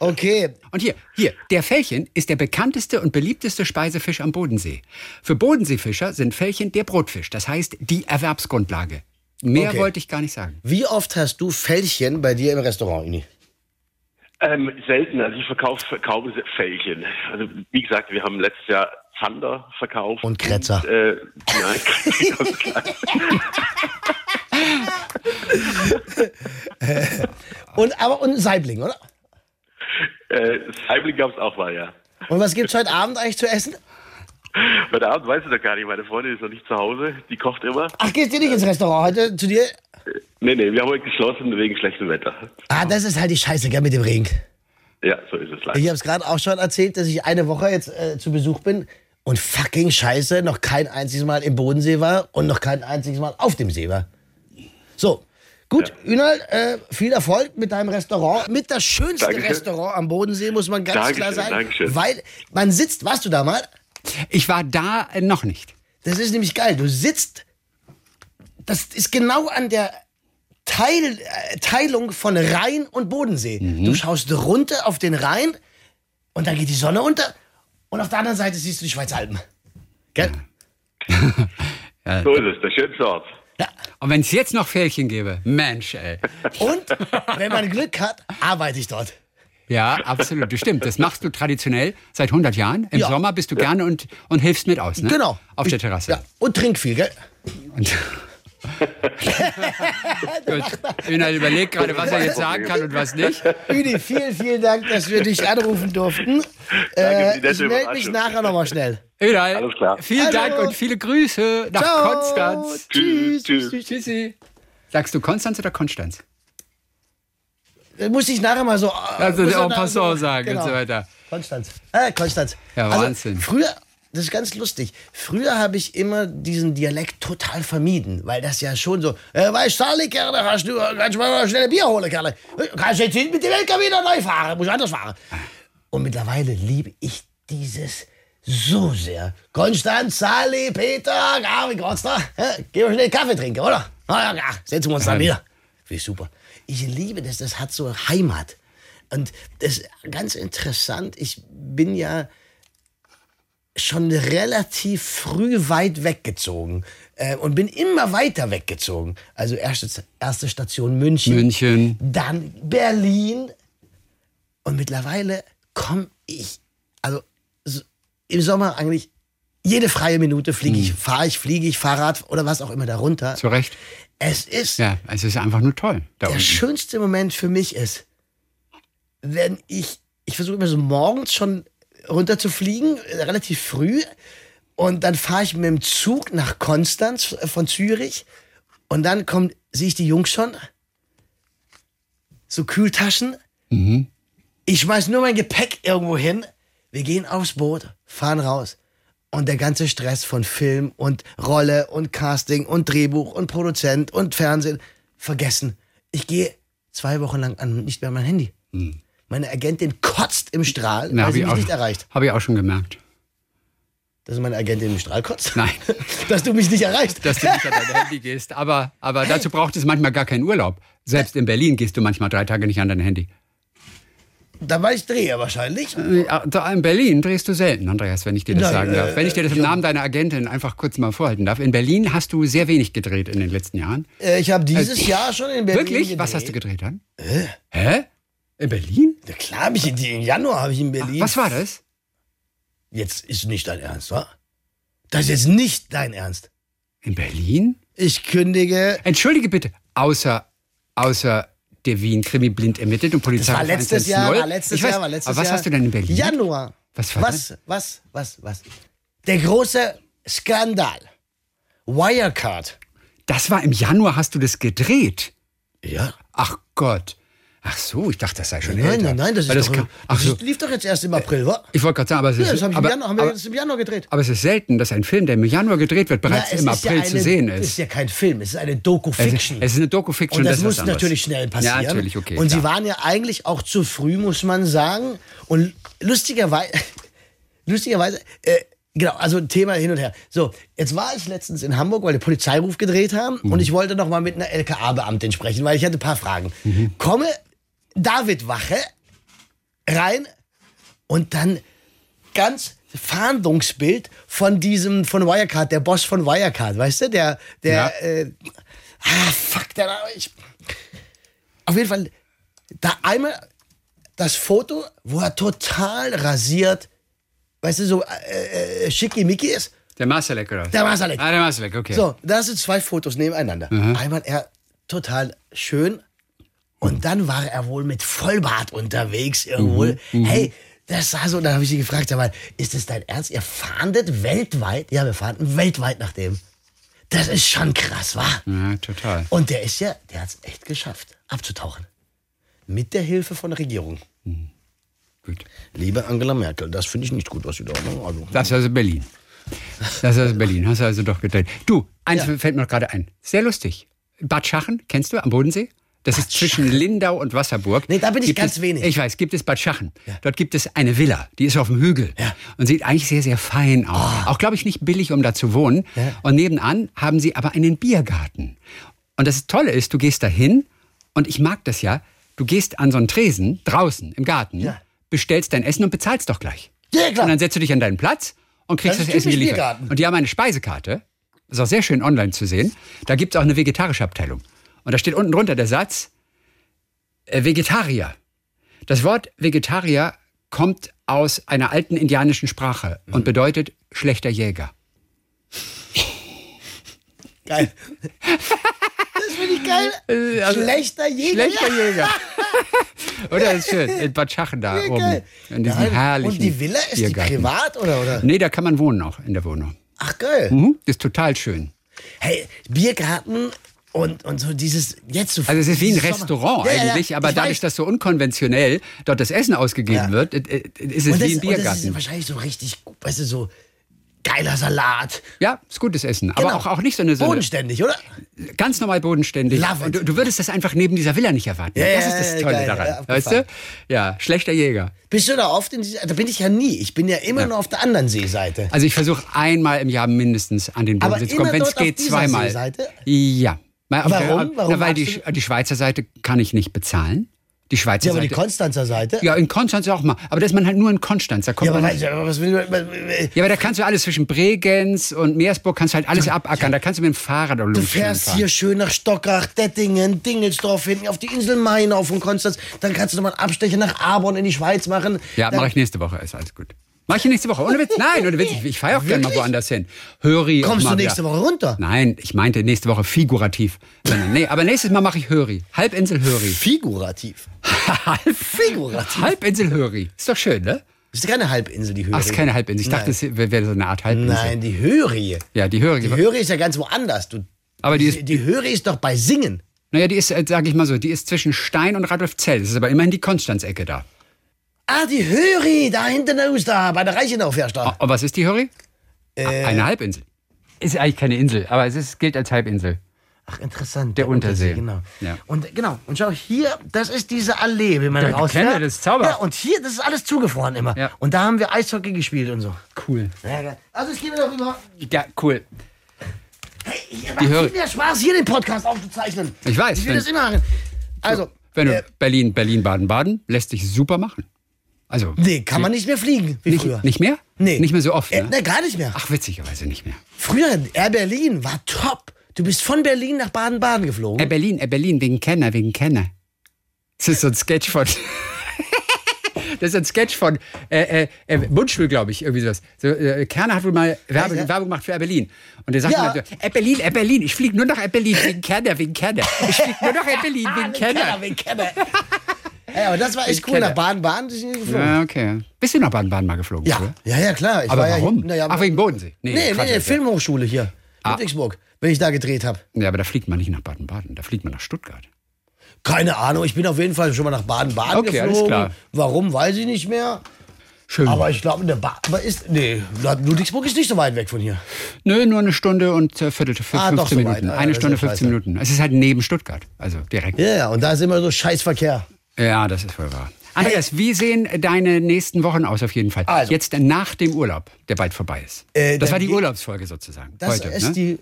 S2: Okay,
S3: Und hier, hier, der Fällchen ist der bekannteste und beliebteste Speisefisch am Bodensee. Für Bodenseefischer sind Fällchen der Brotfisch, das heißt die Erwerbsgrundlage. Mehr
S2: Okay.
S3: wollte ich gar nicht sagen.
S2: wie oft hast du Fällchen bei dir im Restaurant, Uni?
S4: Ähm, selten, also ich verkaufe kaum Fällchen. Also wie gesagt, wir haben letztes Jahr Zander verkauft.
S2: Und Kretzer.
S4: Und, äh, ja, ganz klar.
S2: Und aber und Saibling, oder?
S4: äh, Saibling gab es auch mal, ja.
S2: Und was gibt's heute Abend eigentlich zu essen?
S4: Heute Abend weiß ich doch gar nicht, meine Freundin ist noch nicht zu Hause, die kocht immer.
S2: Ach, gehst du nicht ins Restaurant heute zu dir?
S4: Nee, nee, wir haben heute geschlossen wegen schlechtem Wetter.
S2: Ah, das ist halt die Scheiße, gell, mit dem Regen.
S4: Ja, so ist es leider.
S2: Ich habe es gerade auch schon erzählt, dass ich eine Woche jetzt äh, zu Besuch bin und fucking Scheiße noch kein einziges Mal im Bodensee war und noch kein einziges Mal auf dem See war. So, gut, Ünal, äh, viel Erfolg mit deinem Restaurant, mit das schönste
S4: Dankeschön.
S2: Restaurant am Bodensee, muss man ganz
S4: Dankeschön,
S2: klar sagen.
S4: Dankeschön.
S2: Weil man sitzt, warst du da mal?
S3: Ich war da äh, noch nicht.
S2: Das ist nämlich geil. Du sitzt, das ist genau an der Teil, äh, Teilung von Rhein und Bodensee.
S3: Mhm.
S2: Du schaust runter auf den Rhein und dann geht die Sonne unter und auf der anderen Seite siehst du die Schweizer Alpen. Gell?
S4: So ist es, der schönste Ort.
S2: Ja.
S3: Und wenn es jetzt noch Fährchen gäbe, Mensch, ey.
S2: Und wenn man Glück hat, arbeite ich dort.
S3: Ja, absolut. Das stimmt. Das machst du traditionell seit 100 Jahren. Im
S2: Ja.
S3: Sommer bist du gerne und, und hilfst mit aus, ne?
S2: Genau.
S3: Auf der Terrasse.
S2: Ja. Und trink viel, gell?
S3: Und Gut. Inhalt überlegt gerade, was er jetzt sagen kann und was nicht.
S2: Üdi, vielen, vielen Dank, dass wir dich anrufen durften. Äh,
S4: Danke für die nette
S2: ich melde mich
S4: Überraschung.
S2: nachher nochmal schnell.
S3: Inhalt,
S4: Alles klar.
S3: vielen
S2: Hallo.
S3: Dank und viele Grüße nach
S2: Also. Ciao.
S3: Konstanz.
S4: Tschüss, tschüss.
S3: Tschüssi. Sagst du Konstanz oder Konstanz?
S2: Das muss ich nachher mal so. äh,
S3: Also
S2: muss
S3: en
S2: man da
S3: passant
S2: so- genau.
S3: sagen und so weiter.
S2: Konstanz. Ah, Konstanz.
S3: Ja, Wahnsinn.
S2: Früher, das ist ganz lustig. Früher habe ich immer diesen Dialekt total vermieden, weil das ja schon so, äh, weißt du, Sally, Kerle, kannst du kannst du mal noch schnell ein Bier holen, Kerle. Äh, Kannst du jetzt nicht mit dem LKW da neu fahren, muss anders fahren. Und mittlerweile liebe ich dieses so sehr. Konstanz, Sally, Peter, Gary, Gottsner, gehen wir schnell Kaffee trinken, oder? Na ja, ja, setzen wir uns dann
S3: Ähm.
S2: wieder. Wie super. Ich liebe das, das hat so Heimat. Und das ist ganz interessant, ich bin ja schon relativ früh weit weggezogen äh, und bin immer weiter weggezogen. Also erste, erste Station München,
S3: München.
S2: dann Berlin und mittlerweile komme ich, also so, im Sommer eigentlich jede freie Minute fliege ich, fahre ich, fliege ich, Fahrrad oder was auch immer darunter.
S3: Zu Recht.
S2: Es ist
S3: Ja, es ist einfach nur toll. Da
S2: der
S3: unten.
S2: schönste Moment für mich ist, wenn ich, ich versuche immer so morgens schon runter zu fliegen, äh, relativ früh, und dann fahre ich mit dem Zug nach Konstanz äh, von Zürich und dann kommt, sehe ich die Jungs schon, so Kühltaschen. Ich schmeiß nur mein Gepäck irgendwo hin, wir gehen aufs Boot, fahren raus. Und der ganze Stress von Film und Rolle und Casting und Drehbuch und Produzent und Fernsehen vergessen. Ich gehe zwei Wochen lang an nicht mehr an mein Handy. Meine Agentin kotzt im Strahl,
S3: Hm. Na,
S2: weil
S3: hab
S2: sie
S3: ich
S2: mich
S3: auch-
S2: nicht erreicht.
S3: Habe ich auch schon gemerkt.
S2: Dass meine Agentin im Strahl kotzt?
S3: Nein.
S2: Dass du mich nicht erreichst.
S3: dass du nicht an dein Handy gehst. Aber, aber dazu braucht es manchmal gar keinen Urlaub. Selbst in Berlin gehst du manchmal drei Tage nicht an dein Handy.
S2: da war ich Dreher wahrscheinlich.
S3: Ja, da In Berlin drehst du selten, Andreas, wenn ich dir das
S2: Nein,
S3: sagen
S2: äh,
S3: darf. Wenn ich dir das im Namen deiner Agentin einfach kurz mal vorhalten darf. In Berlin hast du sehr wenig gedreht in den letzten Jahren.
S2: Äh, Ich habe dieses Jahr schon in Berlin
S3: Wirklich? Was hast du
S2: gedreht. Äh?
S3: gedreht dann? Hä? In Berlin?
S2: Na klar, hab ich in, im Januar habe ich in Berlin.
S3: Was war das?
S2: Jetzt ist nicht dein Ernst, wa? Das ist jetzt nicht dein Ernst.
S3: In Berlin?
S2: Ich kündige.
S3: Entschuldige bitte. Außer, außer der Wien Krimi blind ermittelt und Polizei.
S2: War
S3: auf
S2: letztes Jahr,
S3: 110.
S2: war letztes
S3: ich weiß,
S2: Jahr, war letztes
S3: aber was
S2: Jahr.
S3: hast du denn in Berlin?
S2: Januar.
S3: Was war
S2: was, was, was, was? Der große Skandal. Wirecard.
S3: Das war im Januar, hast du das gedreht?
S2: Ja.
S3: Ach Gott. Ach so, ich dachte, das sei schon
S2: Nein,
S3: älter.
S2: nein, nein, das ist
S3: Weil
S2: doch,
S3: kann-
S2: das
S3: ach so,
S2: ist, lief doch jetzt erst im April, wa?
S3: ich wollte gerade sagen, aber es
S2: Ja,
S3: ist,
S2: das hab ich im
S3: aber,
S2: Januar, haben wir
S3: aber,
S2: jetzt im Januar gedreht.
S3: aber es ist selten, dass ein Film, der im Januar gedreht wird, bereits
S2: Ja, es
S3: im
S2: ist ja
S3: April zu
S2: eine-
S3: sehen
S2: Es ist
S3: ist.
S2: ja kein Film, es ist eine Doku-Fiction.
S3: Es ist eine Doku-Fiction,
S2: Und das,
S3: das ist was
S2: muss
S3: anderes.
S2: natürlich schnell passieren.
S3: Ja, natürlich, okay,
S2: Und sie
S3: klar.
S2: waren ja eigentlich auch zu früh, muss man sagen. Und lustigerweise, lustigerweise, äh, genau, also Thema hin und her. So, jetzt war ich letztens in Hamburg, weil wir Polizeiruf gedreht haben
S3: Mhm.
S2: und ich wollte noch mal mit einer LKA-Beamtin sprechen, weil ich hatte ein paar Fragen.
S3: Mhm.
S2: Komme David Wache rein und dann ganz Fahndungsbild von diesem, von Wirecard, der Boss von Wirecard, weißt du, der, der,
S3: Ja.
S2: äh, ah, fuck, der Name, ich, auf jeden Fall, da einmal das Foto, wo er total rasiert, weißt du, so äh, äh, schickimicki ist.
S3: Der Masalek, oder? was?
S2: Der Masalek.
S3: Ah, der Masalek, okay. Mhm.
S2: So, da sind zwei Fotos nebeneinander. Einmal er total
S3: Mhm,
S2: schön und dann war er wohl mit Vollbart unterwegs irgendwo. Hey, Das sah so, und dann habe ich sie gefragt, sag mal, ist das dein Ernst? Ihr fahndet weltweit? Ja, wir fahnden weltweit nach dem. Das ist schon krass, wa?
S3: Ja, total.
S2: Und der ist ja, der hat es echt geschafft, abzutauchen. Mit der Hilfe von der Regierung.
S3: Gut.
S2: Liebe Angela Merkel, das finde ich nicht gut, was Sie da machen. Also,
S3: Das ist also Berlin. Das ist also Berlin. Hast du also doch gedreht. Du, eins
S2: Ja.
S3: fällt mir noch gerade ein. Sehr lustig. Bad Schachen, kennst du, am Bodensee? Das ist zwischen Lindau und Wasserburg.
S2: Nee, da bin ich
S3: Gibt
S2: ganz
S3: es,
S2: wenig.
S3: Ich weiß, gibt es Bad Schachen. Dort gibt es eine Villa, die ist auf dem Hügel und sieht eigentlich sehr, sehr fein aus.
S2: Ah.
S3: Auch, glaube ich, nicht billig, um da zu wohnen. Und nebenan haben sie aber einen Biergarten. Und das Tolle ist, du gehst da hin und ich mag das ja, du gehst an so einen Tresen draußen im Garten,
S2: Ja.
S3: bestellst dein Essen und bezahlst doch gleich.
S2: Ja, klar.
S3: Und dann setzt du dich an deinen Platz und kriegst
S2: Das
S3: das,
S2: ist
S3: Essen
S2: typisch
S3: geliefert.
S2: Biergarten.
S3: Und die haben eine Speisekarte. Ist auch sehr schön online zu sehen. Da gibt es auch eine vegetarische Abteilung. Und da steht unten drunter der Satz: äh, Vegetarier. Das Wort Vegetarier kommt aus einer alten indianischen Sprache
S2: Mhm.
S3: und bedeutet schlechter Jäger.
S2: geil. das finde ich geil. Schlechter Jäger.
S3: Äh, also Schlechter Jäger. Oder ist schön, in Bad Schachen da
S2: Ja,
S3: oben.
S2: geil.
S3: In diesem
S2: Geil.
S3: herrlichen
S2: Und die Villa ist die
S3: Biergarten.
S2: privat, oder? oder?
S3: Nee, da kann man wohnen auch, in der Wohnung.
S2: Ach, geil.
S3: Mhm. Ist total schön.
S2: Hey, Biergarten und, und so dieses jetzt so
S3: Also es ist wie ein
S2: dieses
S3: Restaurant
S2: Sommer- Ja, ja, ja.
S3: eigentlich, aber
S2: Ich
S3: dadurch,
S2: weiß.
S3: dass so unkonventionell dort das Essen ausgegeben
S2: Ja.
S3: wird, äh, äh, ist es
S2: und das,
S3: wie
S2: Und
S3: ein
S2: das
S3: Biergarten.
S2: ist wahrscheinlich so richtig, gut, weißt du, so geiler Salat.
S3: ja, ist gutes Essen, aber
S2: Genau.
S3: auch, auch nicht so eine, so eine
S2: Bodenständig, oder?
S3: ganz normal bodenständig.
S2: Love it.
S3: Und du, du würdest das einfach neben dieser Villa nicht erwarten.
S2: Ja,
S3: das
S2: ja,
S3: ist das
S2: ja,
S3: Tolle
S2: geil,
S3: daran,
S2: ja,
S3: weißt
S2: abgefahren.
S3: du? Ja, schlechter Jäger.
S2: Bist du da oft in dieser, da bin ich ja nie. Ich bin ja immer nur auf der anderen Seeseite.
S3: Also ich versuche einmal im Jahr mindestens an den
S2: Aber
S3: Bodensee zu
S2: immer
S3: kommen, wenn es
S2: dort auf
S3: geht,
S2: dieser
S3: zweimal.
S2: Seeseite?
S3: Ja. Mal auf
S2: Warum?
S3: Der,
S2: Warum
S3: na, weil die,
S2: magst
S3: Sch- die Schweizer Seite kann ich nicht bezahlen. Die Schweizer
S2: Ja, aber die
S3: Seite.
S2: Konstanzer Seite.
S3: ja, in Konstanz auch mal. Aber da ist man halt nur in Konstanz. Da kommt
S2: Ja, aber
S3: man halt
S2: weißt du, aber was will man,
S3: Ja, aber da kannst du alles zwischen Bregenz und Meersburg kannst du halt alles abackern. Da kannst du mit dem Fahrrad oder
S2: Du fährst hier schön nach Stockach, Dettingen, Dingelsdorf hinten auf die Insel Mainau von Konstanz. Dann kannst du nochmal einen Abstecher nach Abon in die Schweiz machen.
S3: Ja,
S2: Dann-
S3: mache ich nächste Woche. Ist alles gut. Mach ich nächste Woche. Ohne Witz. Nein, ohne Witz. Ich, ich fahre auch gerne mal
S2: Wirklich?
S3: woanders hin. Höri. auch
S2: Kommst
S3: mal
S2: du nächste
S3: wieder.
S2: Woche runter?
S3: Nein, ich meinte nächste Woche figurativ. Sondern, nee, aber nächstes Mal mache ich Höri. Halbinsel Höri.
S2: Figurativ. Figurativ.
S3: Halbinsel Höri. Ist doch schön, ne?
S2: Ist keine Halbinsel, die Höri.
S3: Ach, ist keine Halbinsel. Ich dachte,
S2: Nein.
S3: es wäre wär so eine Art Halbinsel.
S2: Nein, die Höri.
S3: Ja, die Höri.
S2: Die Höri ist ja ganz woanders. Du,
S3: aber die ist,
S2: die Höri ist doch bei Singen.
S3: naja, die ist, äh, sag ich mal so, die ist zwischen Stein und Radolfzell. Das ist aber immerhin die Konstanzecke da.
S2: Ah, die Höri, da hinten aus da, bei der Reichenau fährst du. da.
S3: Und Ah, was ist die Höri?
S2: Äh.
S3: Eine Halbinsel. Ist eigentlich keine Insel, aber es ist, gilt als Halbinsel.
S2: Ach, interessant.
S3: Der Untersee.
S2: Genau.
S3: Ja.
S2: Und genau. Und schau, hier, das ist diese Allee, wie man
S3: Ja,
S2: da
S3: ich
S2: rausfährt.
S3: kenne das, zauberhaft.
S2: Ja, und hier, das ist alles zugefroren immer.
S3: Ja.
S2: Und da haben wir Eishockey gespielt und so.
S3: Cool.
S2: Ja, ja. Also ich gehe mir doch über.
S3: Ja, cool.
S2: Hey,
S3: Die höre-
S2: macht viel mehr Spaß, hier den Podcast aufzuzeichnen.
S3: Ich weiß,
S2: Ich will
S3: wenn-
S2: das immer machen. Also,
S3: Wenn du
S2: Äh,
S3: Berlin, Berlin, Baden-Baden, lässt sich super machen. Also.
S2: nee, kann man nicht mehr fliegen wie früher.
S3: Nicht, nicht mehr?
S2: Nee.
S3: Nicht mehr so oft.
S2: Äh,
S3: Ne?
S2: nee, gar nicht mehr.
S3: Ach, witzigerweise nicht mehr.
S2: Früher, Air Berlin war top. Du bist von Berlin nach Baden-Baden geflogen.
S3: Äh, Berlin, äh, Berlin, wegen Kenner, wegen Kenner. Das ist so ein Sketch von. Das ist ein Sketch von äh, äh, äh, Mundstuhl, glaube ich, irgendwie sowas. So, äh, Kerner hat wohl mal Werbung,
S2: ja.
S3: Werbung gemacht für Air Berlin. Und der sagt
S2: Ja.
S3: immer so, Air Berlin, Air Berlin, ich fliege nur nach Air Berlin wegen Kerner, wegen Kerner. Ich fliege nur nach Air Berlin wegen Kerner.
S2: Wegen Kenner. ja, aber das war echt
S3: Wegen
S2: cool.
S3: Kenner.
S2: Nach Baden-Baden sind wir geflogen.
S3: Ja, okay. Bist du nach Baden-Baden mal geflogen?
S2: Ja,
S3: früher?
S2: ja, ja, klar. Ich
S3: Aber
S2: war
S3: warum?
S2: Ja, hier- naja,
S3: Ach, wegen Bodensee.
S2: nee, nee,
S3: Quatsch,
S2: nee,
S3: okay. Ah.
S2: Filmhochschule hier. Ludwigsburg, wenn ich da gedreht habe.
S3: Ja, aber da fliegt man nicht nach Baden-Baden, da fliegt man nach Stuttgart.
S2: Keine Ahnung, ich bin auf jeden Fall schon mal nach Baden-Baden
S3: Okay, alles
S2: geflogen.
S3: klar. Hm.
S2: Warum, weiß ich nicht mehr.
S3: Schön.
S2: Aber ich glaube, der Ba aber ist. Nee, Ludwigsburg ist nicht so weit weg von hier.
S3: Nö, nur eine Stunde und äh, Viertel, fünf,
S2: Ah,
S3: 15
S2: doch so weit.
S3: Minuten.
S2: Ah,
S3: eine
S2: das
S3: Stunde,
S2: ist ja
S3: 15
S2: scheiße.
S3: Minuten. Es ist halt neben Stuttgart, also direkt.
S2: Ja, ja, und da ist immer so Scheißverkehr.
S3: Ja, das ist wohl wahr. Andreas, wie sehen deine nächsten Wochen aus auf jeden Fall?
S2: Also.
S3: Jetzt nach dem Urlaub, der bald vorbei ist.
S2: Äh,
S3: das
S2: dann
S3: war die
S2: geht-
S3: Urlaubsfolge sozusagen.
S2: Das
S3: heute,
S2: ist
S3: ne?
S2: die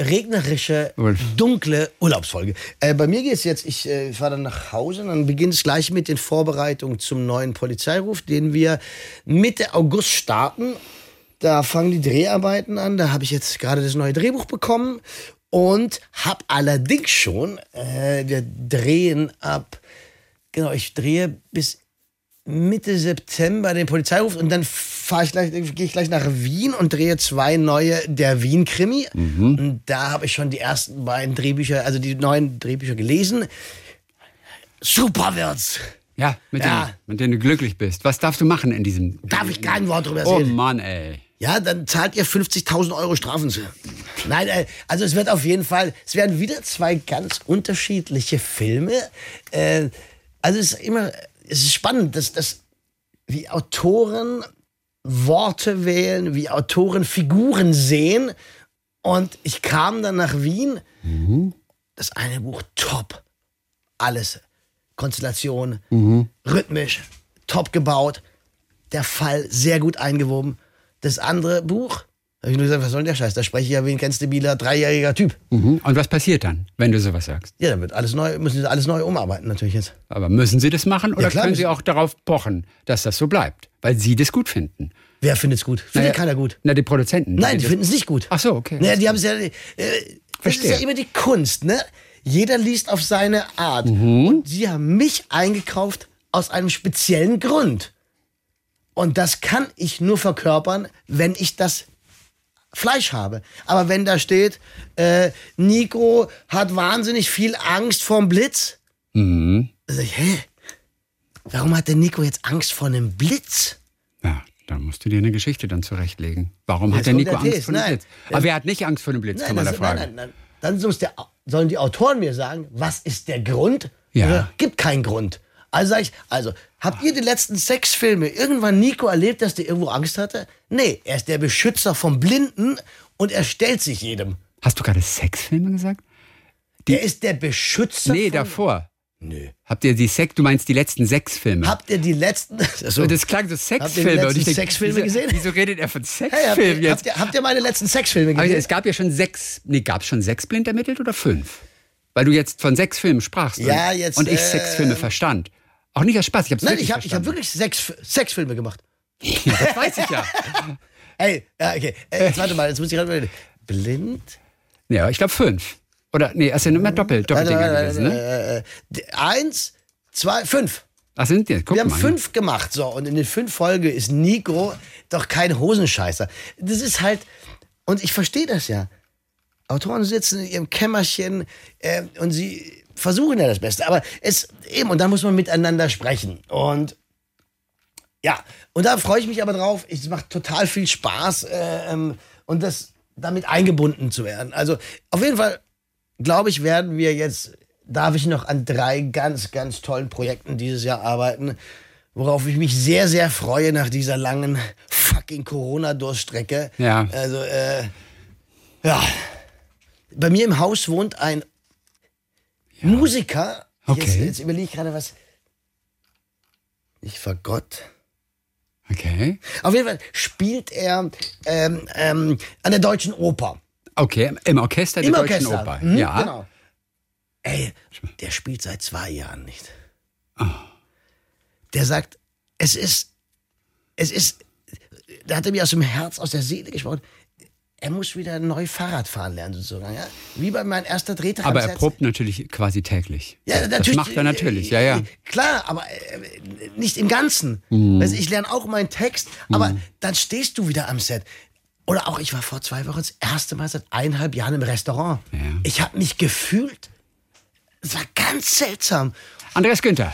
S2: regnerische,
S3: Wolf.
S2: dunkle Urlaubsfolge. Äh, bei mir geht's jetzt, ich äh, fahre dann nach Hause und dann beginnt es gleich mit den Vorbereitungen zum neuen Polizeiruf, den wir Mitte August starten. Da fangen die Dreharbeiten an. Da habe ich jetzt gerade das neue Drehbuch bekommen und habe allerdings schon, äh, wir drehen ab, genau, ich drehe bis Mitte September den Polizeiruf und dann fahre ich gleich, gehe ich gleich nach Wien und drehe zwei neue der Wien-Krimi. Und da habe ich schon die ersten beiden Drehbücher, also die neuen Drehbücher gelesen. Super wird's.
S3: Ja, mit,
S2: Ja.
S3: Denen, mit denen du glücklich bist. Was darfst du machen in diesem.
S2: Darf ich kein Wort drüber
S3: Oh
S2: erzählen?
S3: Mann, ey.
S2: Ja, dann zahlt ihr 50.000 Euro Strafen für. Nein, äh, also es wird auf jeden Fall, es werden wieder zwei ganz unterschiedliche Filme. Äh, also es ist immer, es ist spannend, dass, dass wie Autoren Worte wählen, wie Autoren Figuren sehen. Und ich kam dann nach Wien. Das eine Buch top. Alles. Konstellation, rhythmisch, top gebaut. Der Fall sehr gut eingewoben. Das andere Buch, habe ich nur gesagt, was soll denn der Scheiß? Da spreche ich ja wie ein ganz debiler, dreijähriger Typ.
S3: Mhm. Und was passiert dann, wenn du sowas sagst?
S2: Ja, dann wird alles neu, müssen sie alles neu umarbeiten natürlich jetzt.
S3: Aber müssen sie das machen oder
S2: klar
S3: können sie
S2: müssen-
S3: auch darauf pochen, dass das so bleibt? Weil sie das gut finden.
S2: Wer findet's gut? Findet
S3: Naja,
S2: keiner gut.
S3: Na, die Produzenten.
S2: Nein, die finden es nicht gut.
S3: Ach so, okay.
S2: Naja, die haben es ja. Äh, das ist
S3: Verstehe.
S2: ja immer die Kunst, ne? Jeder liest auf seine Art.
S3: Mhm.
S2: Und sie haben mich eingekauft aus einem speziellen Grund. Und das kann ich nur verkörpern, wenn ich das Fleisch habe. Aber wenn da steht, äh, Nico hat wahnsinnig viel Angst vorm Blitz,
S3: Mhm.
S2: dann sag ich, hä? Warum hat denn Nico jetzt Angst vor einem Blitz?
S3: Ja, dann musst du dir eine Geschichte dann zurechtlegen. Warum hat der
S2: kommt
S3: Nico
S2: der
S3: Angst
S2: Test,
S3: vor dem
S2: nein.
S3: Blitz? Aber wer hat nicht Angst vor dem Blitz, kann man da
S2: das-
S3: fragen.
S2: Nein, nein, nein. Dann muss der, sollen die Autoren mir sagen, was ist der Grund?
S3: Ja.
S2: Oder gibt keinen Grund. Also sag ich, also, habt ihr die letzten sechs Filme irgendwann Nico erlebt, dass der irgendwo Angst hatte? Nee, er ist der Beschützer vom Blinden und er stellt sich jedem.
S3: Hast du gerade Sexfilme gesagt?
S2: Der ist der Beschützer.
S3: Nee,
S2: vom-
S3: davor. Nö. Habt ihr die Sex, du meinst die letzten sechs Filme?
S2: Habt ihr die letzten. Achso.
S3: das klang so
S2: Habt ihr die
S3: Sexfilme. und ich
S2: letzten
S3: denk,
S2: Sexfilme
S3: wieso-
S2: gesehen?
S3: Wieso redet er von
S2: Hey, habt,
S3: Sexfilmen
S2: ihr,
S3: jetzt?
S2: habt, ihr, habt ihr meine letzten sechs Filme
S3: Aber
S2: gesehen?
S3: es gab ja schon sechs, nee, gab schon sechs blind ermittelt oder fünf? Weil du jetzt von sechs Filmen sprachst.
S2: Ja,
S3: und,
S2: jetzt,
S3: Und ich
S2: äh,
S3: sechs Filme verstand. Auch nicht aus Spaß, ich hab's
S2: Nein,
S3: wirklich
S2: ich habe ich hab
S3: verstanden.
S2: wirklich sechs, sechs Filme gemacht.
S3: Das weiß ich ja.
S2: Ey, ja, okay. Ey, jetzt warte mal, jetzt muss ich gerade überlegen. Blind?
S3: Ja, ich glaube fünf. Oder, nee, es sind immer doppelt,
S2: Warte,
S3: Doppeldinger
S2: warte, warte,
S3: gewesen, ne?
S2: äh, d- eins, zwei, fünf.
S3: Ach, sind die? Guck
S2: Wir haben
S3: mal.
S2: fünf gemacht, so. Und in den fünf Folgen ist Nico doch kein Hosenscheißer. Das ist halt, und ich verstehe das ja. Autoren sitzen in ihrem Kämmerchen äh, und sie versuchen ja das Beste. Aber es, eben, und dann muss man miteinander sprechen. Und ja, und da freue ich mich aber drauf. Es macht total viel Spaß äh, ähm, und das damit eingebunden zu werden. Also auf jeden Fall, glaube ich, werden wir jetzt, darf ich noch an drei ganz, ganz tollen Projekten dieses Jahr arbeiten, worauf ich mich sehr, sehr freue nach dieser langen fucking Corona-Durststrecke.
S3: Ja.
S2: Also, äh, ja. Bei mir im Haus wohnt ein Musiker.
S3: Okay.
S2: Jetzt, jetzt überlege ich gerade was. Ich vergott.
S3: Okay.
S2: Auf jeden Fall spielt er ähm, ähm, an der Deutschen Oper.
S3: Okay, im Orchester der
S2: Im
S3: Deutschen
S2: Orchester.
S3: Oper.
S2: Mhm,
S3: ja.
S2: Genau. Ey, der spielt seit zwei Jahren nicht. Der sagt, es ist, es ist, da hat er mir aus dem Herz, aus der Seele gesprochen. Er muss wieder neu Fahrrad fahren lernen, sozusagen. Ja? Wie bei meinem ersten Drehtag.
S3: Aber
S2: am
S3: er
S2: Set.
S3: probt natürlich quasi täglich.
S2: Ja,
S3: das,
S2: natürlich.
S3: das macht er natürlich, ja, ja.
S2: Klar, aber äh, nicht im Ganzen.
S3: Mhm.
S2: Also ich lerne auch meinen Text, aber dann stehst du wieder am Set. Oder auch, ich war vor zwei Wochen das erste Mal seit eineinhalb Jahren im Restaurant.
S3: Ja.
S2: Ich habe mich gefühlt. Es war ganz seltsam.
S3: Andreas Günther.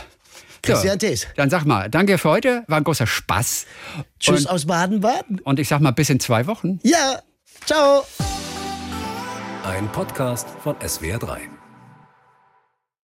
S2: Christian Thees.
S3: Dann sag mal, danke für heute, war ein großer Spaß.
S2: Tschüss
S3: Und,
S2: aus Baden-Baden.
S3: und ich sag mal, bis in zwei Wochen.
S2: Ja, ciao.
S1: Ein Podcast von SWR3.